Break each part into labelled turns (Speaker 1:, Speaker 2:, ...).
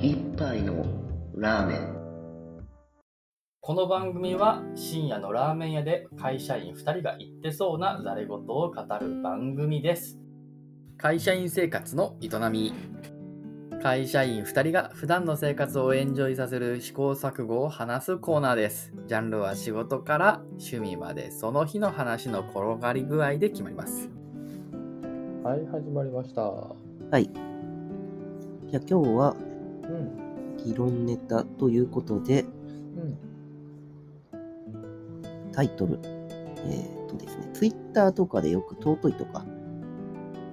Speaker 1: 一杯のラーメン
Speaker 2: この番組は深夜のラーメン屋で会社員2人が言ってそうなざれ言を語る番組です
Speaker 3: 会社員生活の営み
Speaker 2: 会社員2人が普段の生活をエンジョイさせる試行錯誤を話すコーナーですジャンルは仕事から趣味までその日の話の転がり具合で決まります
Speaker 3: はい始まりましたう
Speaker 1: はいじゃあ今日は
Speaker 3: ん
Speaker 1: 議論ネタということ で
Speaker 3: うん
Speaker 1: タイトルえーっとですねツイッターとかでよく尊いとか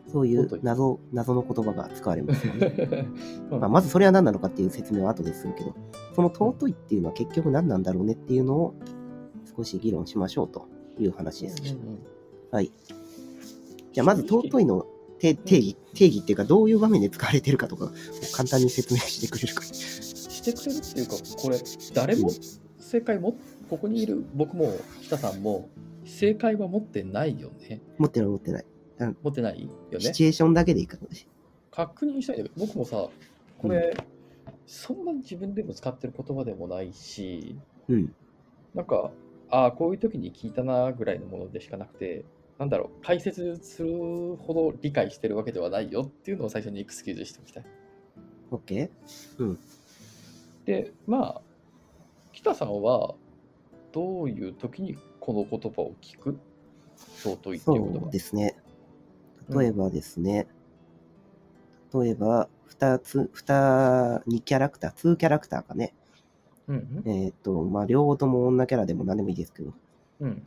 Speaker 1: そうい
Speaker 3: 尊いう
Speaker 1: 謎謎の言葉が使われますよ ね
Speaker 3: うん
Speaker 1: まあまずそれは何なのかっていう説明は後でするけどその尊いっていうのは結局何なんだろうねっていうのを少し議論しましょうという話です
Speaker 3: うんうん
Speaker 1: はい。じゃあ、まず尊いの定定義、定義っていうか、どういう場面で使われてるかとか、簡単に説明してくれるか。
Speaker 3: してくれるっていうかこれ誰も正解もここにいる僕も北さんも正解は持ってないよね
Speaker 1: 持ってない、持ってない。
Speaker 3: 持ってないよ
Speaker 1: シ
Speaker 3: ね
Speaker 1: チュエーションだけでいいかもし
Speaker 3: 確認したいんだけど僕もさこれ、そんなに自分でも使ってる言葉でもないし
Speaker 1: れない。うん。
Speaker 3: なんか、ああ、こういう時に聞いたなぐらいのものでしかなくて、なんだろう、解説するほど理解してるわけではないよっていうのを最初にエクスキューズしておきたい。
Speaker 1: OK?
Speaker 3: で、まあ、北さんは、どういう時にこの言葉を聞く尊いっていう言
Speaker 1: そう
Speaker 3: 葉。
Speaker 1: ですね。例えばですね、例えば、二つ、二、二キャラクター、ツーキャラクターかね。
Speaker 3: うんうん
Speaker 1: えーっ、と、まあ、両方とも女キャラでも何でもいいですけど。
Speaker 3: うん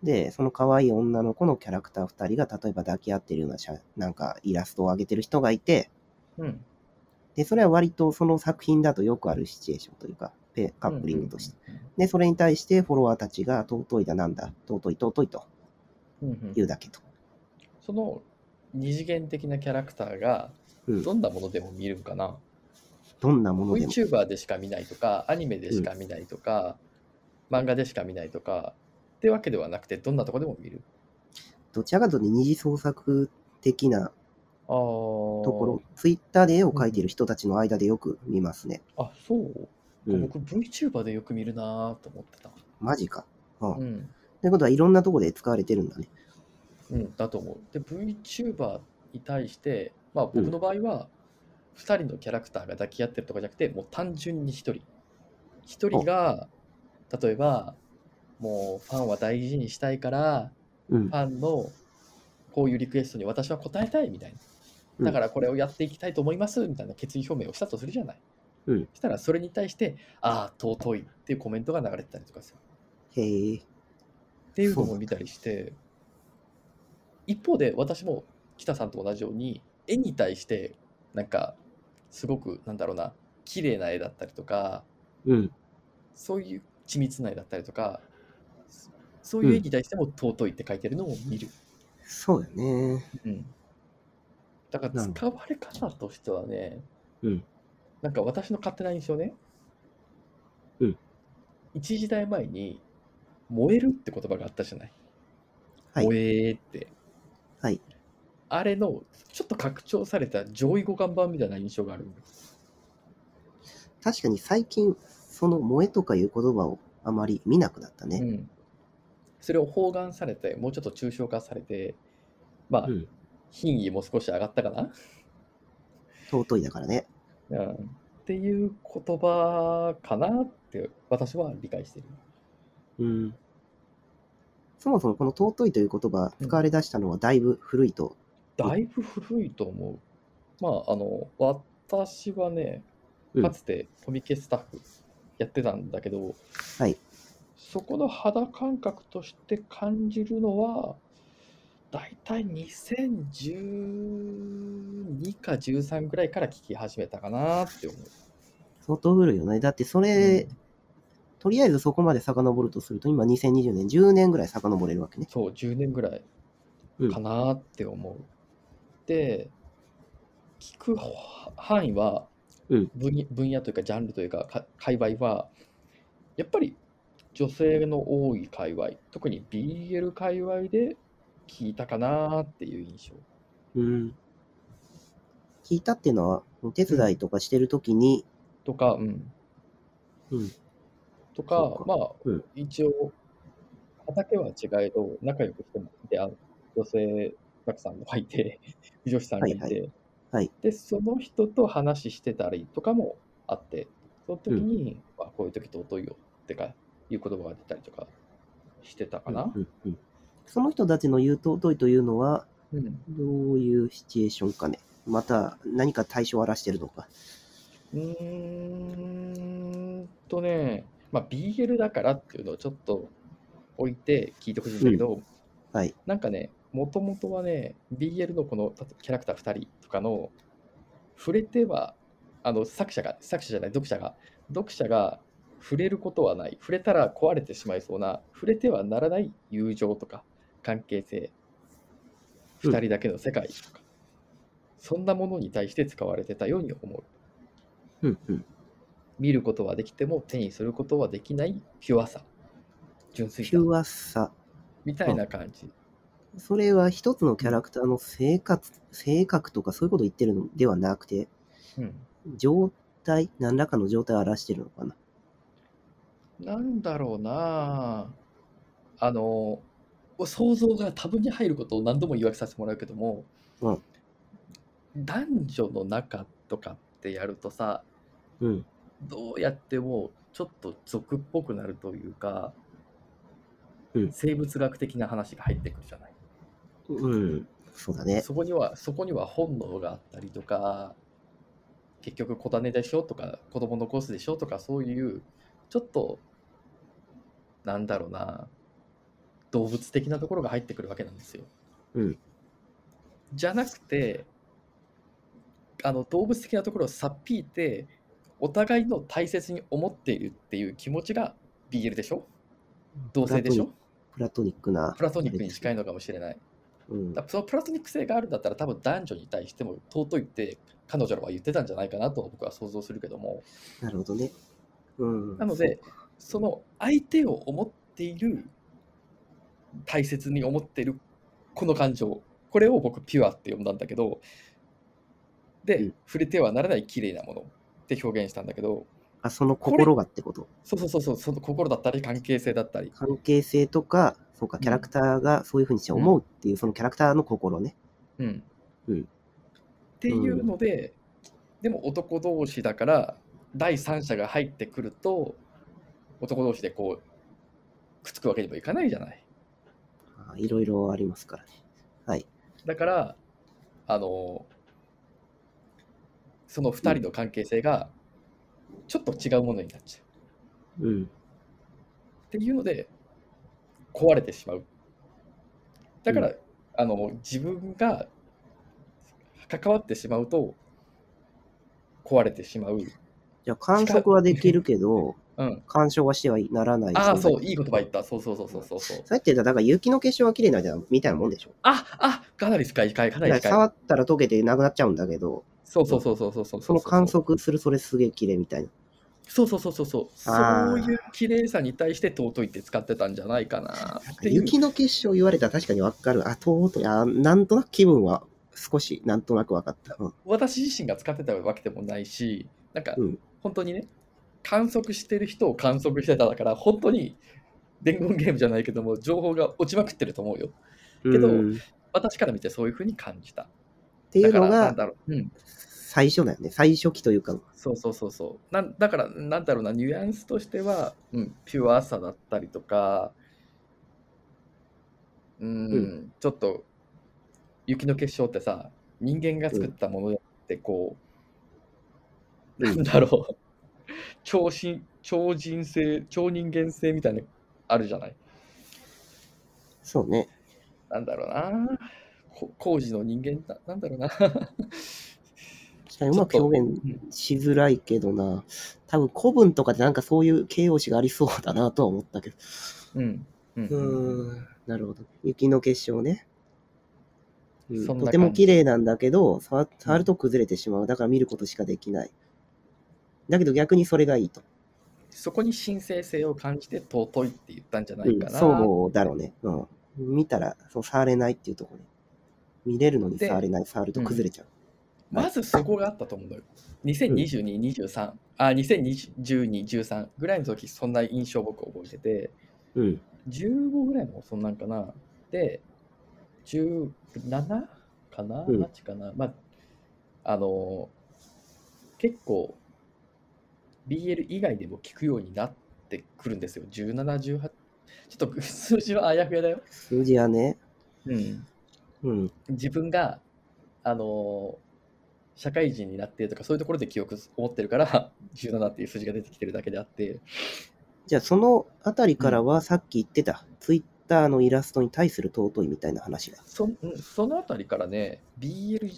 Speaker 1: で、その可愛い女の子のキャラクター二人が、例えば抱き合ってるような写、なんかイラストを上げてる人がいて、
Speaker 3: うん
Speaker 1: で、それは割とその作品だとよくあるシチュエーションというか、ペカップリングとして。で、それに対してフォロワーたちが尊いだなんだ、尊い尊いと
Speaker 3: うんうん
Speaker 1: 言うだけと。
Speaker 3: その二次元的なキャラクターが
Speaker 1: うん
Speaker 3: どんなものでも見るんかな、
Speaker 1: どんなものでも。
Speaker 3: VTuber でしか見ないとか、アニメでしか見ないとか、漫画でしか見ないとか、ってわけではなくて、どんなとこでも見る。
Speaker 1: どちらかというと二次創作的な
Speaker 3: ああ。
Speaker 1: と
Speaker 3: と
Speaker 1: ころ、ツイッターで絵を描いてる人たちの間でよく見ますね。
Speaker 3: あ、そう。
Speaker 1: うん。
Speaker 3: 僕、VTuber でよく見るなーと思ってた。
Speaker 1: マジか。うん。
Speaker 3: う
Speaker 1: と
Speaker 3: ん。
Speaker 1: いうことはいろんなところで使われてるんだね。
Speaker 3: うん、だと思う。で、VTuber に対して、まあ、僕の場合は、2人のキャラクターが抱き合ってるとかじゃなくて、もう単純に1人。1人が、例えば、もうファンは大事にしたいから、
Speaker 1: う
Speaker 3: フ。
Speaker 1: ん
Speaker 3: ァンのこういうリクエストに私は答えたいみたい
Speaker 1: うん
Speaker 3: な。だからこれをやっていきたいと思いますみたいな決意表明をしたとするじゃない。
Speaker 1: うん
Speaker 3: そしたらそれに対して、ああ、尊いっていうコメントが流れてたりとかする。
Speaker 1: へえ。
Speaker 3: っていうのも見たりして、一方で私も北さんと同じように、絵に対して、なんか、すごく、なんだろうな、綺麗な絵だったりとか、
Speaker 1: うん。
Speaker 3: そういう緻密な絵だったりとか、そそういう絵に対しても尊いって書いてるのを見る。
Speaker 1: そうだね。
Speaker 3: うんだから
Speaker 1: なんだ
Speaker 3: 使われ方としてはね、
Speaker 1: うん
Speaker 3: なんか私の勝手な印象ね、
Speaker 1: うん
Speaker 3: 一時代前に、燃えるって言葉があったじゃない。
Speaker 1: はい
Speaker 3: 燃えって。
Speaker 1: はい。
Speaker 3: あれの、ちょっと拡張された上位互換版みたいな印象があるんだよ
Speaker 1: 確かに最近、その萌えとかいう言葉をあまり見なくなったね。
Speaker 3: うん、それを包含されて、もうちょっと抽象化されて、まあ、
Speaker 1: うん
Speaker 3: 品位も少し上がったかな。
Speaker 1: 尊いだからね。
Speaker 3: うんっていう言葉かなって私は理解してる。
Speaker 1: うんそもそもこの尊いという言葉、使われ出したのはだいぶ古いと。
Speaker 3: だいぶ古いと思う。まあ、あの、私はね
Speaker 1: う、ん
Speaker 3: かつてコミケスタッフやってたんだけど、
Speaker 1: はい
Speaker 3: そこの肌感覚として感じるのは、だいたい2012か13ぐらいから聞き始めたかなって思う。
Speaker 1: 相当古いよね。だってそれ、
Speaker 3: うん
Speaker 1: とりあえずそこまで遡るとすると、今2020年、10年ぐらい遡れるわけね。
Speaker 3: そう、10年ぐらいかなって思う。で、聞くは範囲は、
Speaker 1: うん
Speaker 3: 分野分野というか、ジャンルというか、か界隈は、やっぱり女性の多い界隈、特に BL 界隈で聞いたかなっていう印象。
Speaker 1: うん。聞いたっていうのは、お手伝いとかしてるときに、
Speaker 3: とか、うん。
Speaker 1: うん、
Speaker 3: と
Speaker 1: そ
Speaker 3: か、
Speaker 1: うか
Speaker 3: まあ、
Speaker 1: うん
Speaker 3: 一応、畑は違えど、仲良くしてもである女性たくさんがいて、 女子さんがいて、
Speaker 1: はいははい
Speaker 3: で、その人と話してたりとかもあって、その時に、まあ、こういう時尊いよってか、いう言葉が出たりとかしてたかな
Speaker 1: う。んうんその人たちの言う尊いというのは、
Speaker 3: うん。
Speaker 1: どういうシチュエーションかね。また、何か対象を表してるのか。
Speaker 3: うーんとね、まあ、BL だからっていうのをちょっと置いて聞いてほしいんだけど、
Speaker 1: はい。
Speaker 3: なんかね、もともとはね、BL のこのたキャラクター2人とかの、触れては、あの作者が、作者じゃない、読者が、読者が触れることはない、触れたら壊れてしまいそうな、触れてはならない友情とか関係性、
Speaker 1: うん
Speaker 3: 2人だけの世界とか、そんなものに対して使われてたように思う。
Speaker 1: うんうん。
Speaker 3: 見ることはできても手にすることはできないピュアさ、純
Speaker 1: ピ
Speaker 3: 粋さ
Speaker 1: ュアさ。
Speaker 3: みたいな感じ。
Speaker 1: それは一つのキャラクターの性格、性格とかそういうことを言ってるのではなくて、
Speaker 3: うん
Speaker 1: 状態、何らかの状態を表してるのかな。
Speaker 3: なんだろうなああの想像が多分に入ることを何度も言い訳させてもらうけども、
Speaker 1: うん
Speaker 3: 男女の中とかってやるとさ
Speaker 1: うん。
Speaker 3: どうやってもちょっと俗っぽくなるというか、
Speaker 1: うん
Speaker 3: 生物学的な話が入ってくるじゃない
Speaker 1: うん。そうだね。
Speaker 3: そこにはそこには本能があったりとか結局子種でしょとか子供残すでしょとかそういうちょっとなんだろうな動物的なところが入ってくるわけなんですよ。
Speaker 1: うん
Speaker 3: じゃなくてあの動物的なところをさっぴいてお互いの大切に思っているっていう気持ちが BL でしょ同性でしょ
Speaker 1: プラトニックな。
Speaker 3: プラトニックに近いのかもしれない。
Speaker 1: うん
Speaker 3: だ。からそのプラトニック性があるんだったら多分男女に対しても尊いって彼女らは言ってたんじゃないかなと僕は想像するけども
Speaker 1: なるほどね。うん。
Speaker 3: なのでその相手を思っている大切に思っているこの感情これを僕ピュアって呼んだんだけどで、
Speaker 1: うん
Speaker 3: 触れてはならない綺麗なものって表現したんだけど
Speaker 1: あ、その心がってこと。
Speaker 3: そうそうそうそうその心だったり関係性だったり
Speaker 1: 関係性とか、そうか、キャラクターがそういうふうにして思うっていう、そのキャラクターの心ね。
Speaker 3: うん
Speaker 1: うん
Speaker 3: っていうので、でも男同士だから第三者が入ってくると男同士でこうくっつくわけにもいかないじゃない
Speaker 1: あいろいろありますからね。はい。
Speaker 3: だからあのその2人の関係性がちょっと違うものになっちゃう
Speaker 1: うん。
Speaker 3: っていうので壊れてしまうだから、
Speaker 1: う
Speaker 3: あの自分が関わってしまうと壊れてしまう
Speaker 1: じゃあ、観測はできるけど、
Speaker 3: うん。
Speaker 1: 干渉はしてはならない。
Speaker 3: ああ、そう、いい言葉言った。そうそうそうそうそうそう。
Speaker 1: そうやって言うと、だから雪の結晶は綺麗なんじゃんみたいなもんでしょ。
Speaker 3: ああかなり近い、近い、かなり
Speaker 1: だから触
Speaker 3: 近い。
Speaker 1: ったら溶けてなくなっちゃうんだけど、
Speaker 3: そうそうそうそうそうそう。
Speaker 1: その観。測するそれすげえ綺麗みたいな。
Speaker 3: そうそうそうそうそう。
Speaker 1: あ
Speaker 3: そ
Speaker 1: ー
Speaker 3: ういう綺麗さに対して尊いって使ってたんじゃ ないかなっていう。
Speaker 1: 雪の結晶言われたら確かにわかる。あ、とうとう、あ、なんとなく気分は少しなんとなくわかった。うん
Speaker 3: 私自身が使ってたわけでもないし、なんか、
Speaker 1: うん
Speaker 3: 本当にね、観測してる人を観測してただから、本当に伝言ゲームじゃないけども、情報が落ちまくってると思うよ。けど
Speaker 1: うんっ
Speaker 3: 私から見てそういうふうに感じた。って
Speaker 1: いうの
Speaker 3: な
Speaker 1: が
Speaker 3: んだろう。うん。
Speaker 1: 最初だよね。最初期というか、
Speaker 3: そうそうそうそうなんだからなんだろうなニュアンスとしては、うん、ピュアさだったりとかうん、
Speaker 1: う
Speaker 3: ちょっと雪の結晶ってさ人間が作ったものであってこう、
Speaker 1: うん
Speaker 3: なんだろう超人超人性超人間性みたいなのあるじゃない
Speaker 1: そうね。
Speaker 3: なんだろうなこ工事の人間だなんだろうな
Speaker 1: 確かにうまく表現しづらいけどな。多分古文とかでなんかそういう形容詞がありそうだなとは思ったけど。
Speaker 3: うんうん
Speaker 1: うーん、なるほど。雪の結晶ね。うん
Speaker 3: そんな感じ
Speaker 1: とても綺麗なんだけど触、触ると崩れてしまう。だから見ることしかできない。だけど逆にそれがいいと。
Speaker 3: そこに神聖性を感じて尊いって言ったんじゃな
Speaker 1: う
Speaker 3: い
Speaker 1: ん
Speaker 3: かな、
Speaker 1: そうだろうね。うん。見たら、そう触れないっていうところね。見れるのに触れない、触ると崩れちゃう。
Speaker 3: まずそこがあったと思うのよ。2022、23、あ、2012、13ぐらいの時、そんな印象僕覚えてて、
Speaker 1: うん。
Speaker 3: 15ぐらいもそんなんかな。で、17かな
Speaker 1: うん
Speaker 3: ?8 かな、まあ、あの、結構、BL 以外でも聞くようになってくるんですよ。17、18。ちょっと 数字はあやふやだよ。
Speaker 1: 数字はね、
Speaker 3: うん。
Speaker 1: うん。
Speaker 3: 自分が、あのー社会人になってとかそういうところで記憶を持ってるから17っていう 数字が出てきてるだけであって
Speaker 1: じゃあ、そのあたりからは、さっき言ってた、ツイッターのイラストに対する尊いみたいな話が。
Speaker 3: そ,、うん、そのあたりからね BL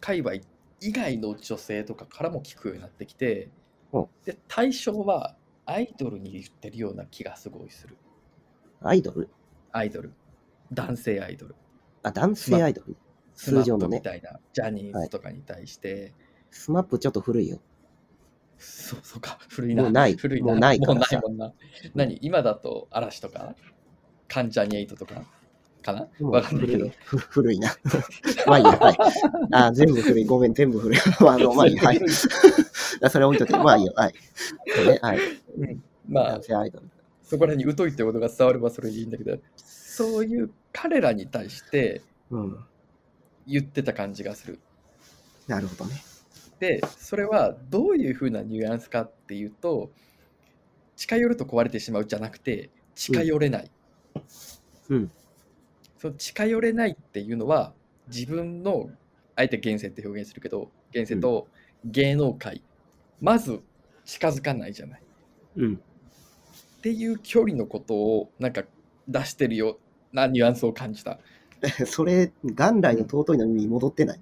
Speaker 3: 界隈以外の女性とかからも聞くようになってきて
Speaker 1: うん
Speaker 3: で対象はアイドルに言ってるような気がすごいする
Speaker 1: アイドル
Speaker 3: アイドル男性アイドル
Speaker 1: あ、男性アイドル。
Speaker 3: スマッ
Speaker 1: 通常
Speaker 3: プ
Speaker 1: のね
Speaker 3: みたいな、ジャニーズとかに対して、
Speaker 1: スマップちょっと古いよ。
Speaker 3: そうそうか、古いな。
Speaker 1: もうない
Speaker 3: 古いな。
Speaker 1: もうない
Speaker 3: も
Speaker 1: か
Speaker 3: う
Speaker 1: ら
Speaker 3: ない
Speaker 1: さ
Speaker 3: もんな。何今だと嵐とか、関ジャニエイトとか、かな
Speaker 1: もう
Speaker 3: わかんないけ
Speaker 1: 古
Speaker 3: ど
Speaker 1: い。。ふ古いな。まあいいや、はい。あ、全部古い。ごめん、全部古い。 あの、まあいいや、はい。あそれは置いといて、まあいいよ、はい。そうね、はい。
Speaker 3: まあ
Speaker 1: 男、性アイドル。
Speaker 3: そこらに疎いってことが伝わればそれでいいんだけど、そういう彼らに対して
Speaker 1: うん。
Speaker 3: 言ってた感じがする。
Speaker 1: なるほどね。
Speaker 3: で、それはどういうふうなニュアンスかっていうと、近寄ると壊れてしまうじゃなくて、近寄れない。
Speaker 1: うん。
Speaker 3: その近寄れないっていうのは自分のあえて現世って表現するけど現世と芸能界、まず近づかないじゃない
Speaker 1: うん。
Speaker 3: っていう距離のことをなんか出してるようなニュアンスを感じた
Speaker 1: それ、元来の尊いの意味に戻ってない。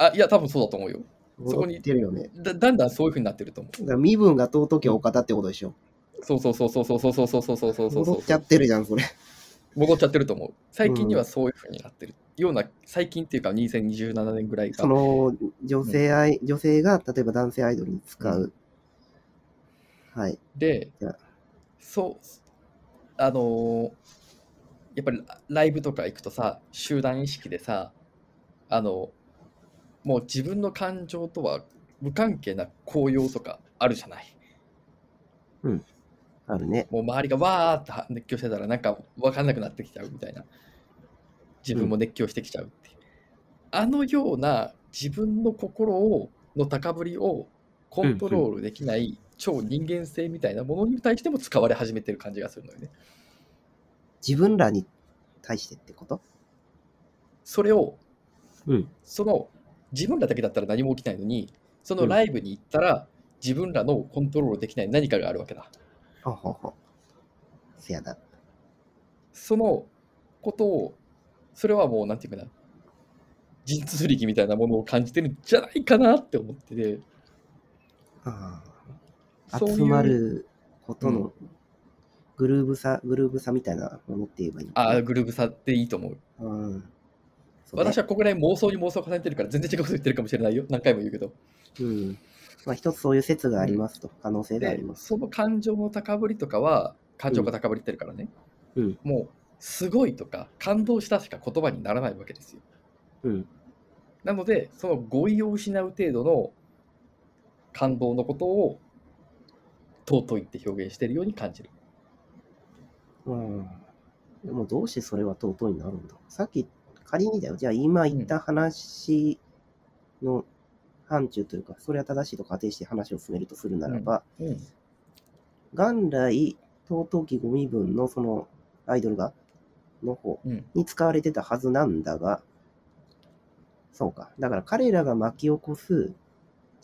Speaker 3: あいや多分そうだと思うよそこに
Speaker 1: 戻ってるよね。
Speaker 3: だだんだんそういうふうになってると思
Speaker 1: だから身分が尊きお方ってことでしょ。
Speaker 3: うそうそうそうそうそうそうそうそうそうそうそう
Speaker 1: 戻っちゃってるじゃん、それ。
Speaker 3: 戻っちゃってると思う最近にはそういうふうになってるような最近っていうか2027年ぐらい
Speaker 1: そ
Speaker 3: が
Speaker 1: の、女性愛、女性が、例えば男性アイドルに使う。はい。
Speaker 3: で
Speaker 1: いや、
Speaker 3: そう、あのーやっぱりラライブとか行くとさ、集団意識でさ、あの、もう自分の感情とは無関係な高揚とかあるじゃない。
Speaker 1: あるね。
Speaker 3: もう周りがわーっては熱狂してたらなんか分かんなくなってきちゃうみたいな。自分も熱狂してきちゃうっていう。あのような自分の心をの高ぶりをコントロールできない超人間性みたいなものに対しても使われ始めてる感じがするのよね。
Speaker 1: 自分らに対してってこと
Speaker 3: それを、
Speaker 1: うん
Speaker 3: その自分らだけだったら何も起きないのに、その
Speaker 1: うん
Speaker 3: ライブに行ったら自分らのコントロールできない何かがあるわけだ。
Speaker 1: ほうほうほう。せやだ。
Speaker 3: そのことを、それはもう、なんていうかな、神通力みたいなものを感じてるんじゃないかなって思ってて、
Speaker 1: ああ。
Speaker 3: そういう
Speaker 1: 集まることのグルーブさ、グルーブさみたいなものって言えばいいのかな
Speaker 3: ああ、グルーブさっていいと思う。
Speaker 1: うん。そうね
Speaker 3: 私はここら辺妄想に妄想を重ねてるから、全然違うこと言ってるかもしれないよ。何回も言うけど。
Speaker 1: うん。まあ一つそういう説がありますと、可能性があ
Speaker 3: で
Speaker 1: り、ます。
Speaker 3: その感情の高ぶりとかは、感情が高ぶりってるからね、
Speaker 1: うん。
Speaker 3: もう、すごいとか、感動したしか言葉にならないわけですよ。
Speaker 1: うん。
Speaker 3: なので、その語彙を失う程度の感動のことを、尊いって表現してるように感じる。
Speaker 1: うん。でもどうしてそれは尊いになるんださっき、仮にだよ。じゃあ今言った話の範疇というか、それは正しいと仮定して話を進めるとするならば、
Speaker 3: うん
Speaker 1: 元来、尊きご身分のそのアイドルが、の方
Speaker 3: うん
Speaker 1: に使われてたはずなんだが、そうか。だから彼らが巻き起こす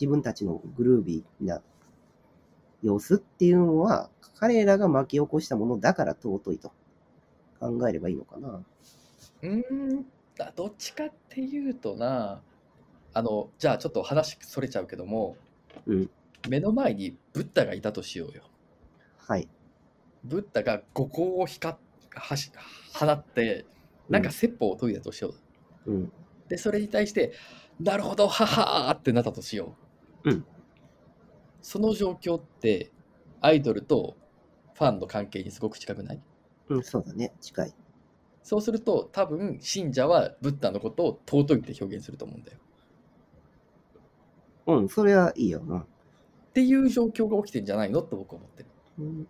Speaker 1: 自分たちのグルービーな様子っていうのは、彼らが巻き起こしたものだから尊いと考えればいいのかな。
Speaker 3: うーんあどっちかっていうとなあのじゃあちょっと話それちゃうけども、
Speaker 1: うん
Speaker 3: 目の前にブッダがいたとしようよ
Speaker 1: はい。
Speaker 3: ブッダが五光を光っはし放ってなんか説法を解いたとしよう、
Speaker 1: うん。
Speaker 3: でそれに対してなるほどははーってなったとしよう、
Speaker 1: うん
Speaker 3: その状況ってアイドルとファンの関係にすごく近くない
Speaker 1: うん、そうだね。近い。
Speaker 3: そうすると多分信者はブッダのことを尊いって表現すると思うんだよ
Speaker 1: うん、それはいいよな。
Speaker 3: っていう状況が起きてんじゃないのと僕は思ってる。
Speaker 1: うん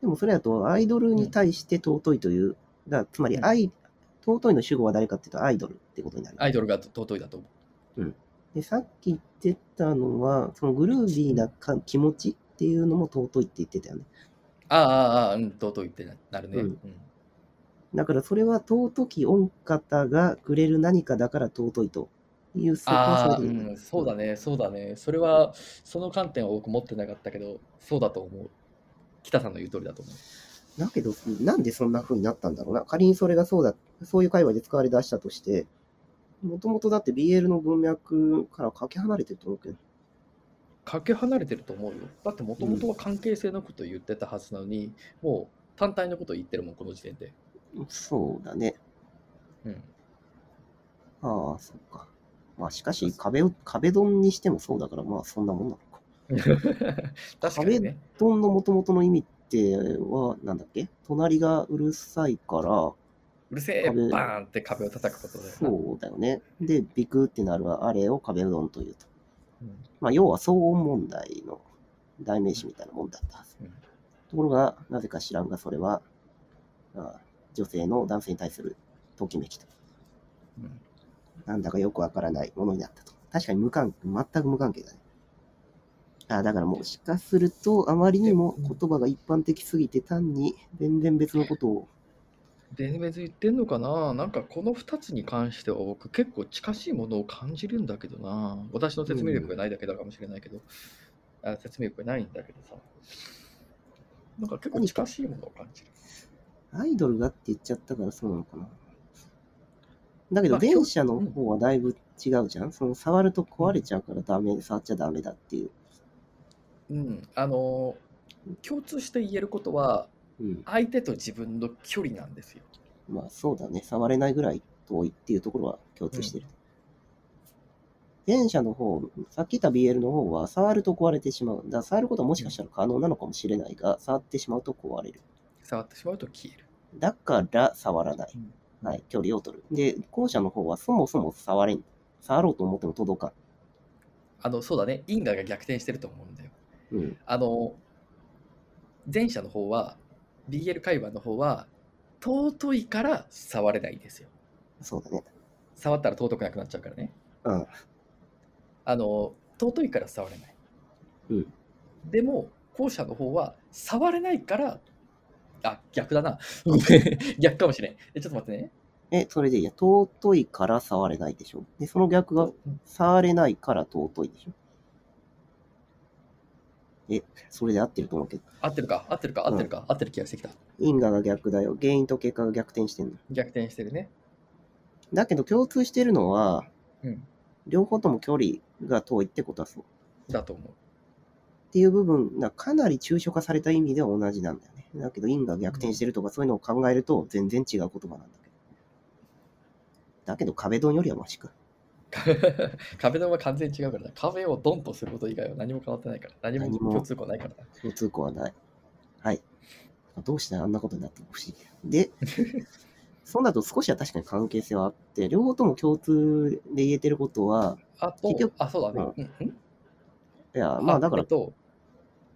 Speaker 1: でもそれだと、アイドルに対して尊いという、だからつまりアイ、尊いの主語は誰かっていうと、アイドルってことになる。
Speaker 3: アイドルが尊いだと思う。
Speaker 1: で、さっき言ってたのは、そのグルービーなか気持ちっていうのも尊いって言ってたよね。
Speaker 3: ああ、ああ、うん、尊いってななるね。
Speaker 1: うん
Speaker 3: うん
Speaker 1: だからそれは尊き御方がくれる何かだから尊いというそこ
Speaker 3: あ
Speaker 1: は
Speaker 3: あ、
Speaker 1: それでいい
Speaker 3: うん、そうだね、そうだね。それは、その観点を僕持ってなかったけど、そうだと思う。北さんの言う通りだと思う。
Speaker 1: だけど、なんでそんな風になったんだろうな。仮にそれがそうだ、そういう界隈で使われ出したとして、もともとだって BL の文脈からかけ離れてると思うけど。
Speaker 3: かけ離れてると思うよ。だってもともとは関係性のことを言ってたはずなのに、もう単体のことを言ってるもん、この時点で。
Speaker 1: そうだね。
Speaker 3: うん。
Speaker 1: ああ、そっか。まあしかし、壁を、壁ドンにしてもそうだから、まあそんなもんなのか。
Speaker 3: 確かにね。
Speaker 1: ドンのもともとの意味っては、なんだっけ隣がうるさいから、
Speaker 3: うるせえ、
Speaker 1: 壁
Speaker 3: バーンって壁を叩くことで。
Speaker 1: そうだよね。で、ビクってなるあれを壁うどんというと。
Speaker 3: うん
Speaker 1: まあ、要は騒音問題の代名詞みたいなもんだったはず
Speaker 3: うん。
Speaker 1: ところが、なぜか知らんが、それは、あ女性の男性に対するときめきと。
Speaker 3: うん
Speaker 1: なんだかよくわからないものになったと。確かに無関全く無関係だね。あだからもしかすると、あまりにも言葉が一般的すぎて、単に全然別のことを、
Speaker 3: 全別言ってんのかななんかこの2つに関しては僕結構近しいものを感じるんだけどな私の説明力がないだけだかもしれないけど、あ説明力がないんだけどさなんか結構近しいものを感じる
Speaker 1: アイドルがって言っちゃったからそうなのかな。だけど
Speaker 3: まあ
Speaker 1: 前者の方はだいぶ違うじゃん。その触ると壊れちゃうからダメ、触っちゃダメだっていう。
Speaker 3: うんあのー共通して言えることは
Speaker 1: うん。
Speaker 3: 相手と自分の距離なんですよ
Speaker 1: まあそうだね。触れないぐらい遠いっていうところは共通してる。前者の方、さっき言った BL の方は触ると壊れてしまう。だから触ることはもしかしたら可能なのかもしれないが、触ってしまうと壊れる。
Speaker 3: 触ってしまうと消える
Speaker 1: だから触らない
Speaker 3: うん。
Speaker 1: はい、距離を取る。で、後者の方はそもそも触れん。触ろうと思っても届か
Speaker 3: あのそうだね因果が逆転してると思うんだよ
Speaker 1: ん。うん。
Speaker 3: あの前者の方は BL 会話の方は尊いから触れないんですよ
Speaker 1: そうだね。
Speaker 3: 触ったら尊くなくなっちゃうからね
Speaker 1: うん。
Speaker 3: あの尊いから触れない、
Speaker 1: うん
Speaker 3: でも後者の方は触れないからあ逆だな ごめん逆かもしれんえちょっと待ってね
Speaker 1: え、それでいいや。尊いから触れないでしょ。で、その逆が、触れないから尊いでしょ。え、それで合ってると思うけど。
Speaker 3: 合ってるか合ってるか合ってるか、合ってる気がしてきた
Speaker 1: 因果が逆だよ。原因と結果が逆転してるの。
Speaker 3: 逆転してるね
Speaker 1: だけど共通してるのは、
Speaker 3: うん
Speaker 1: 両方とも距離が遠いってことはそう。
Speaker 3: だと思う
Speaker 1: っていう部分がかなり抽象化された意味では同じなんだよね。だけど因果が逆転してるとかそういうのを考えると全然違う言葉なんだけど。だけど壁ドンよりはマシか。
Speaker 3: 壁ドンは完全に違うからな。壁をドンとすること以外は何も変わってないから。何も
Speaker 1: 何も
Speaker 3: 共通項ないからな。
Speaker 1: 共通項はない。はい。どうしてあんなことになったのか不思議。で、 そうなると少しは確かに関係性はあって、両方とも共通で言えてることは、
Speaker 3: あと
Speaker 1: 結局、
Speaker 3: あ、そうだね。うんうん
Speaker 1: いや、まあだか
Speaker 3: え
Speaker 1: ら
Speaker 3: っ、と、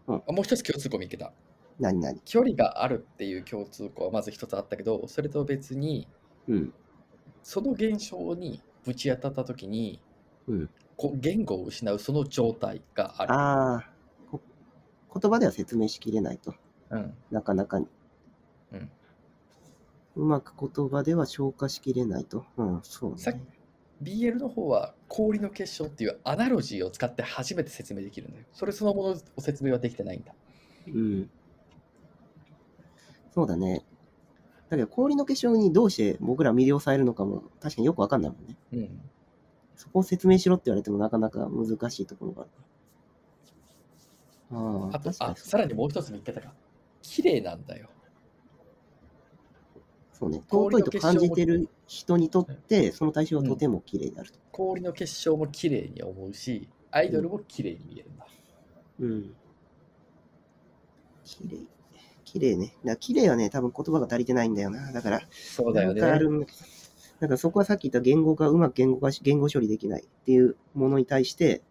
Speaker 1: うん
Speaker 3: あもう一つ共通項見つけた。
Speaker 1: 何々。
Speaker 3: 距離があるっていう共通項はまず一つあったけど、それと別に、
Speaker 1: うん。
Speaker 3: その現象にぶち当たったときに、
Speaker 1: うん
Speaker 3: こう言語を失うその状態がある。
Speaker 1: ああ、こ言葉では説明しきれないと。
Speaker 3: うん、
Speaker 1: なかなかに。
Speaker 3: うん
Speaker 1: うまく言葉では消化しきれないと。うん、そう
Speaker 3: さっき
Speaker 1: ね。
Speaker 3: BL の方は氷の結晶っていうアナロジーを使って初めて説明できるんだよ。それそのものを説明はできてないんだ。
Speaker 1: うん。そうだね。だけど氷の結晶にどうして僕ら魅了されるのかも確かによくわかんないもんね。
Speaker 3: うん、
Speaker 1: そこを説明しろって言われてもなかなか難しいところがあるから。ああ、
Speaker 3: あと
Speaker 1: 確か
Speaker 3: あ
Speaker 1: に
Speaker 3: さらにもう一つ見つけたか。綺麗なんだよ。
Speaker 1: そうね。
Speaker 3: 氷
Speaker 1: 尊い
Speaker 3: の
Speaker 1: と
Speaker 3: 結晶も
Speaker 1: 感じてる人にとって、その対象はとても綺麗になると。
Speaker 3: 氷の結晶も綺麗に思うし、アイドルも綺麗に見えるんだ。
Speaker 1: うん。綺麗。綺麗ね。だから綺麗はね、多分言葉が足りてないんだよな。だから、
Speaker 3: そうだよね。
Speaker 1: なんかあるんだけどだからそこはさっき言った言語がうまく言語化し、言語処理できないっていうものに対して、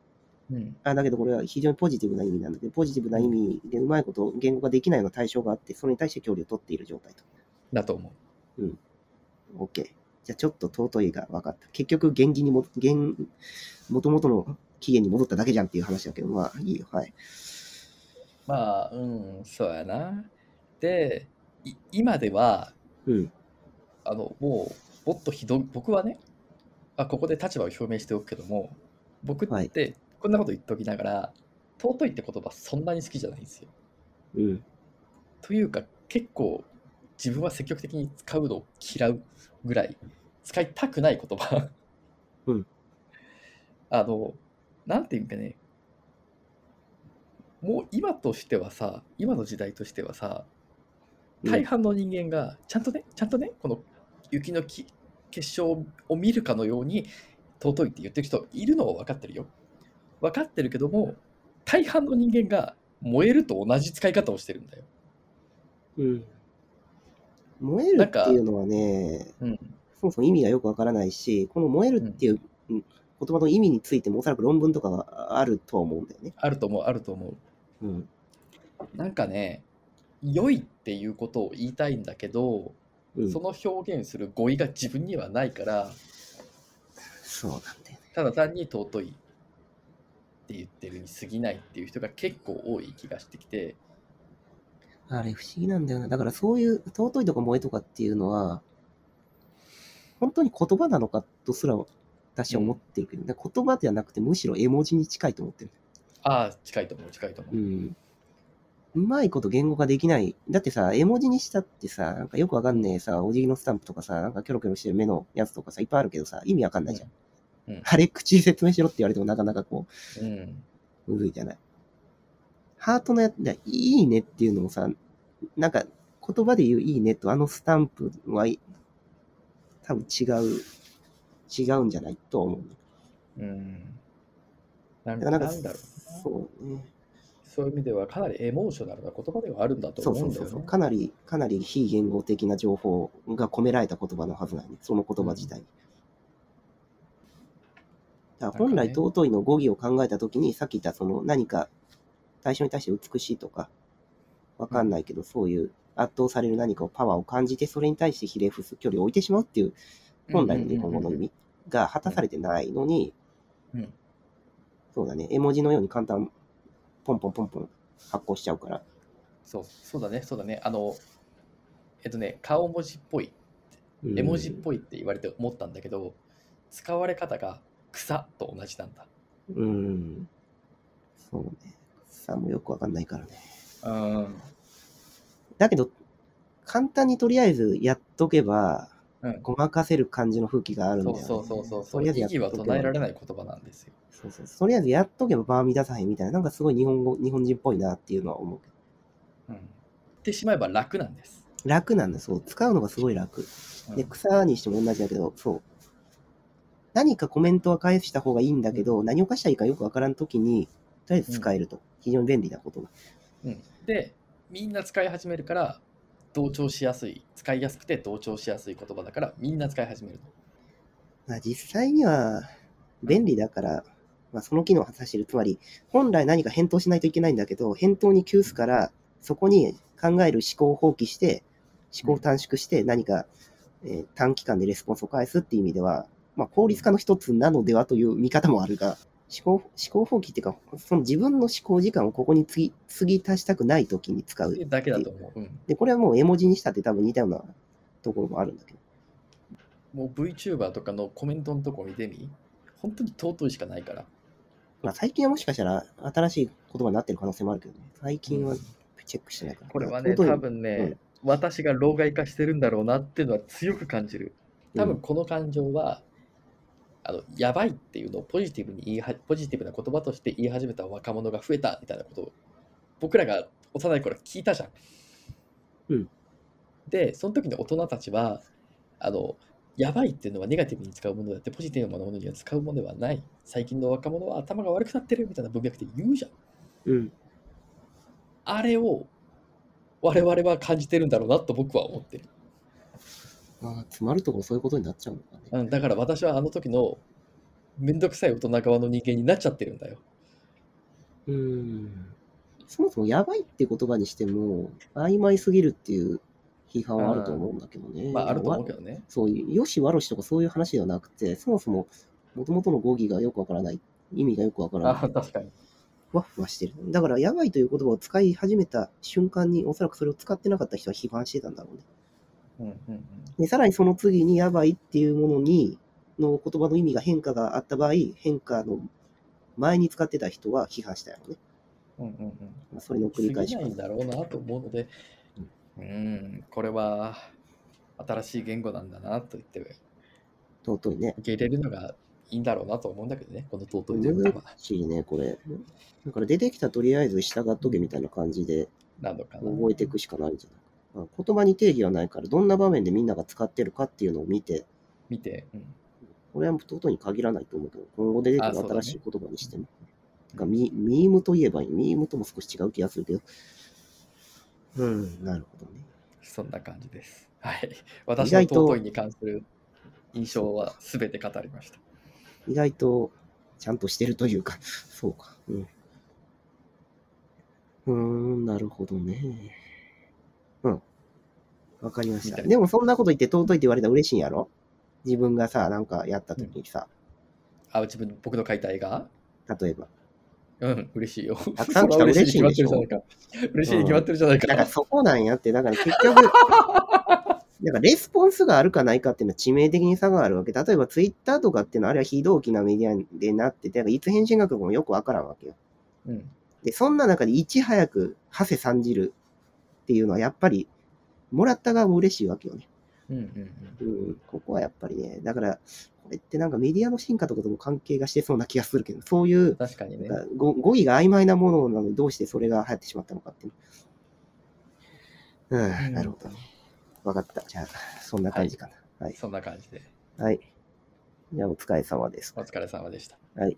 Speaker 3: うん。
Speaker 1: あだけどこれは非常にポジティブな意味なんだけど、ポジティブな意味でうまいこと言語化できないような対象があって、それに対して距離を取っている状態と。
Speaker 3: だと思
Speaker 1: OK。じゃあちょっと尊いが分かった。結局、原義にも、原、元々の起源に戻っただけじゃんっていう話だけど、まあいいよ。はい。
Speaker 3: う。まあ、うん、そうやな。で、い今では、
Speaker 1: うん。
Speaker 3: あの、もう、もっとひどい、僕はね、あ、ここで立場を表明しておくけども、僕
Speaker 1: は
Speaker 3: っ
Speaker 1: い
Speaker 3: て、こんなこと言っておきながら、尊いって言葉そんなに好きじゃないんですよ。
Speaker 1: うん。
Speaker 3: というか、結構、自分は積極的に使うのを嫌うぐらい、使いたくない言葉。
Speaker 1: うん。
Speaker 3: あの、なんていうかね、もう今としてはさ、今の時代としてはさ、
Speaker 1: うん
Speaker 3: 大半の人間がちゃんとね、ちゃんとね、この雪のき結晶を見るかのように尊いって言ってる人いるのは分かってるよ。分かってるけども、大半の人間が燃えると同じ使い方をしてるんだよ。
Speaker 1: うん。燃えるっていうのはね、
Speaker 3: うん。
Speaker 1: そもそも意味がよくわからないし、この燃えるっていううん言葉の意味についてもおそらく論文とかがあるとは思うんだよね。
Speaker 3: あると思う、あると思う。
Speaker 1: うん。
Speaker 3: なんかね、良いっていうことを言いたいんだけど、
Speaker 1: うん、
Speaker 3: その表現する語彙が自分にはないから、
Speaker 1: そうなんだよね。
Speaker 3: ただ単に尊いって言ってるに過ぎないっていう人が結構多い気がしてきて、
Speaker 1: あれ不思議なんだよな。だからそういう尊いとか燃えとかっていうのは、本当に言葉なのかとすら私は思ってるけど、だから言葉ではなくてむしろ絵文字に近いと思ってる。
Speaker 3: ああ、近いと思う、近いと思う。
Speaker 1: うん。うまいこと言語化できない。だってさ、絵文字にしたってさ、なんかよくわかんねえさ、お辞儀のスタンプとかさ、なんかキョロキョロしてる目のやつとかさ、いっぱいあるけどさ、意味わかんないじゃん。
Speaker 3: うんうん
Speaker 1: あれ、口で説明しろって言われてもなかなかこ
Speaker 3: うん。
Speaker 1: う、むずいじゃない。ハートのやつで、いいねっていうのもさ、なんか言葉で言ういいねとあのスタンプはい、多分違う、違うんじゃないとは思う。
Speaker 3: うん。なん
Speaker 1: だ
Speaker 3: かな
Speaker 1: からなんか、
Speaker 3: んだろうな
Speaker 1: そうね。
Speaker 3: そういう意味ではかなりエモーショナルな言葉ではあるんだと
Speaker 1: そう
Speaker 3: 思
Speaker 1: そううん
Speaker 3: だ
Speaker 1: そ
Speaker 3: よ
Speaker 1: うそう、
Speaker 3: ね。
Speaker 1: かなり、かなり非言語的な情報が込められた言葉のはずなのね、その言葉自体。だから本
Speaker 3: なん
Speaker 1: 来
Speaker 3: かね
Speaker 1: 尊いの語義を考えたときに、さっき言ったその何か対象に対して美しいとか、わかんないけど、そういう圧倒される何かをパワーを感じて、それに対して比例付す距離を置いてしまうっていう、本来の日本語の意味が果たされてないのに、
Speaker 3: うん
Speaker 1: そうだね、絵文字のように簡単、ポンポンポンポン発行しちゃうから、
Speaker 3: そうそうだね、そうだね。あの、えっとね、顔文字っぽい、絵文字っぽいって言われて思ったんだけど、使われ方が草と同じなんだ。
Speaker 1: うん。そうね。さもよくわかんないからね。
Speaker 3: うん。
Speaker 1: だけど、簡単にとりあえずやっとけば、
Speaker 3: うん
Speaker 1: ごまかせる感じの風紀があるんだ
Speaker 3: そ
Speaker 1: よ、
Speaker 3: う
Speaker 1: ね。
Speaker 3: そうそうそうそ
Speaker 1: と
Speaker 3: う。
Speaker 1: りあ
Speaker 3: 意
Speaker 1: えずやっ
Speaker 3: 義
Speaker 1: とけば
Speaker 3: は唱えられない言葉なんですよ。
Speaker 1: そうそうとりあえずやっとけばバーミダさへんみたいな、なんかすごい日本語、日本人っぽいなっていうのは思うけ
Speaker 3: うん。言ってしまえば楽なんです。
Speaker 1: ど。楽なんだ、そう。使うのがすごい楽。
Speaker 3: うん
Speaker 1: で、草にしても同じだけど、そう。何かコメントは返した方がいいんだけど、何を返したらいいかよくわからんときに、とりあえず使えると。非常に便利なことだ。
Speaker 3: うん、で、みんな使い始めるから、同調しやすい、使いやすくて同調しやすい言葉だから、みんな使い始めるの。
Speaker 1: まあ、実際には便利だから、まあ、その機能を果たしている。つまり、本来何か返答しないといけないんだけど、返答に急すから、そこに考える思考を放棄して、思考を短縮して何か、えー短期間でレスポンスを返すっていう意味では、まあ、効率化の一つなのではという見方もあるが、思考思考放棄っていうか、その自分の思考時間をここに継ぎ継ぎ足したくない時に使う。
Speaker 3: だけだと思う。うん、
Speaker 1: で、これはもう絵文字にしたって多分似たようなところもあるんだけど。
Speaker 3: もう VTuber とかのコメントのとこ見てみ、本当に尊いしかないから。
Speaker 1: まあ、最近はもしかしたら新しい言葉になってる可能性もあるけどね。最近はチェックしてないから。
Speaker 3: これはね、
Speaker 1: 本当
Speaker 3: 多
Speaker 1: に
Speaker 3: 分ね、私が老害化してるんだろうなっていうのは強く感じる。多分この感情は、あのやばいっていうのをポジティブに言いはポジティブな言葉として言い始めた若者が増えたみたいなことを僕らが幼い頃聞いたじゃん。
Speaker 1: うん
Speaker 3: でその時の大人たちはあのやばいっていうのはネガティブに使うものであってポジティブなものには使うものではない最近の若者は頭が悪くなってるみたいな文脈で言うじゃん。
Speaker 1: うん。うん。
Speaker 3: あれを我々は感じてるんだろうなと僕は思ってる。
Speaker 1: まあ、詰まるところそういうことになっちゃうのかね。
Speaker 3: うん、だから私はあの時のめんどくさい大人側の人間になっちゃってるんだよ。
Speaker 1: うん。そもそもやばいって言葉にしても、曖昧すぎるっていう批判はあると思うんだけどね。
Speaker 3: まあ、あると思う
Speaker 1: わ
Speaker 3: けどね。
Speaker 1: そういう、よし悪しとかそういう話ではなくて、そもそも、元々の語義がよくわからない、意味がよくわから
Speaker 3: あ
Speaker 1: ない、
Speaker 3: ー確かに。
Speaker 1: ふわふわしてる。だから、やばいという言葉を使い始めた瞬間に、おそらくそれを使ってなかった人は批判してたんだろうね。
Speaker 3: うんうんうん。
Speaker 1: で、さらにその次に、やばいっていうものに、の言葉の意味が変化があった場合、変化の前に使ってた人は批判したよね。
Speaker 3: うんうんうん。
Speaker 1: まあそれの繰り返し
Speaker 3: 過
Speaker 1: か
Speaker 3: ぎないんだろうなと思うので、うん、これは新しい言語なんだなと言って受
Speaker 1: 尊いね。
Speaker 3: け入れるのがいいんだろうなと思うんだけどね、この尊いという言
Speaker 1: 難
Speaker 3: 葉、
Speaker 1: しいね、これ。だから出てきたとりあえず従っとけみたいな感じで
Speaker 3: なのかな。
Speaker 1: 覚えていくしかないんじゃないまあ言葉に定義はないから、どんな場面でみんなが使ってるかっていうのを見て、
Speaker 3: 見て、うん
Speaker 1: これは尊いに限らないと思うけど、今後出てく
Speaker 3: あ
Speaker 1: る
Speaker 3: そうだね
Speaker 1: 新しい言葉にしても。がミミームといえばいい。ミームとも少し違う気がするけど。うん、なるほどね。
Speaker 3: そんな感じです。はい。私
Speaker 1: 意
Speaker 3: の
Speaker 1: 外と
Speaker 3: 尊いに関する印象は全て語りました。
Speaker 1: 意外とちゃんとしてるというか、そうか。うん。うーん、なるほどね。うん。わかりまし
Speaker 3: み
Speaker 1: た。
Speaker 3: たいな
Speaker 1: でもそんなこと言って尊いって言われたら嬉しいんやろ自分がさ、なんかやった時にさ、
Speaker 3: あ、自分、僕の解体が
Speaker 1: 例えば。
Speaker 3: うん、嬉しいよ。
Speaker 1: たくさん来たら嬉しいでしょ
Speaker 3: それは嬉しいに決まってるじゃないか。
Speaker 1: だから
Speaker 3: 嬉しいに決まってるじゃないか。
Speaker 1: そこなんやって、だから結局、なんかレスポンスがあるかないかっていうのは致命的に差があるわけ。例えばツイッターとかっていうのはあれは非同期なメディアでなってて、だからいつ返信が来るかもよくわからんわけよ。
Speaker 3: うん。
Speaker 1: で、そんな中でいち早く、ハセ参じるっていうのは、やっぱり、もらった側も嬉しいわけよね。
Speaker 3: うんうんうん。
Speaker 1: うん、ここはやっぱりね、だから、これってなんかメディアの進化とかとも関係がしてそうな気がするけど、そういう、
Speaker 3: 確かにね。
Speaker 1: なんか語語彙が曖昧なものなのに、どうしてそれが流行ってしまったのかっていうの。うん、なるほどね。わかった。じゃあ、そんな感じかな。はい。
Speaker 3: そんな感じで、
Speaker 1: はい。じゃあ、お疲れ様です。
Speaker 3: お疲れ様でした。
Speaker 1: はい。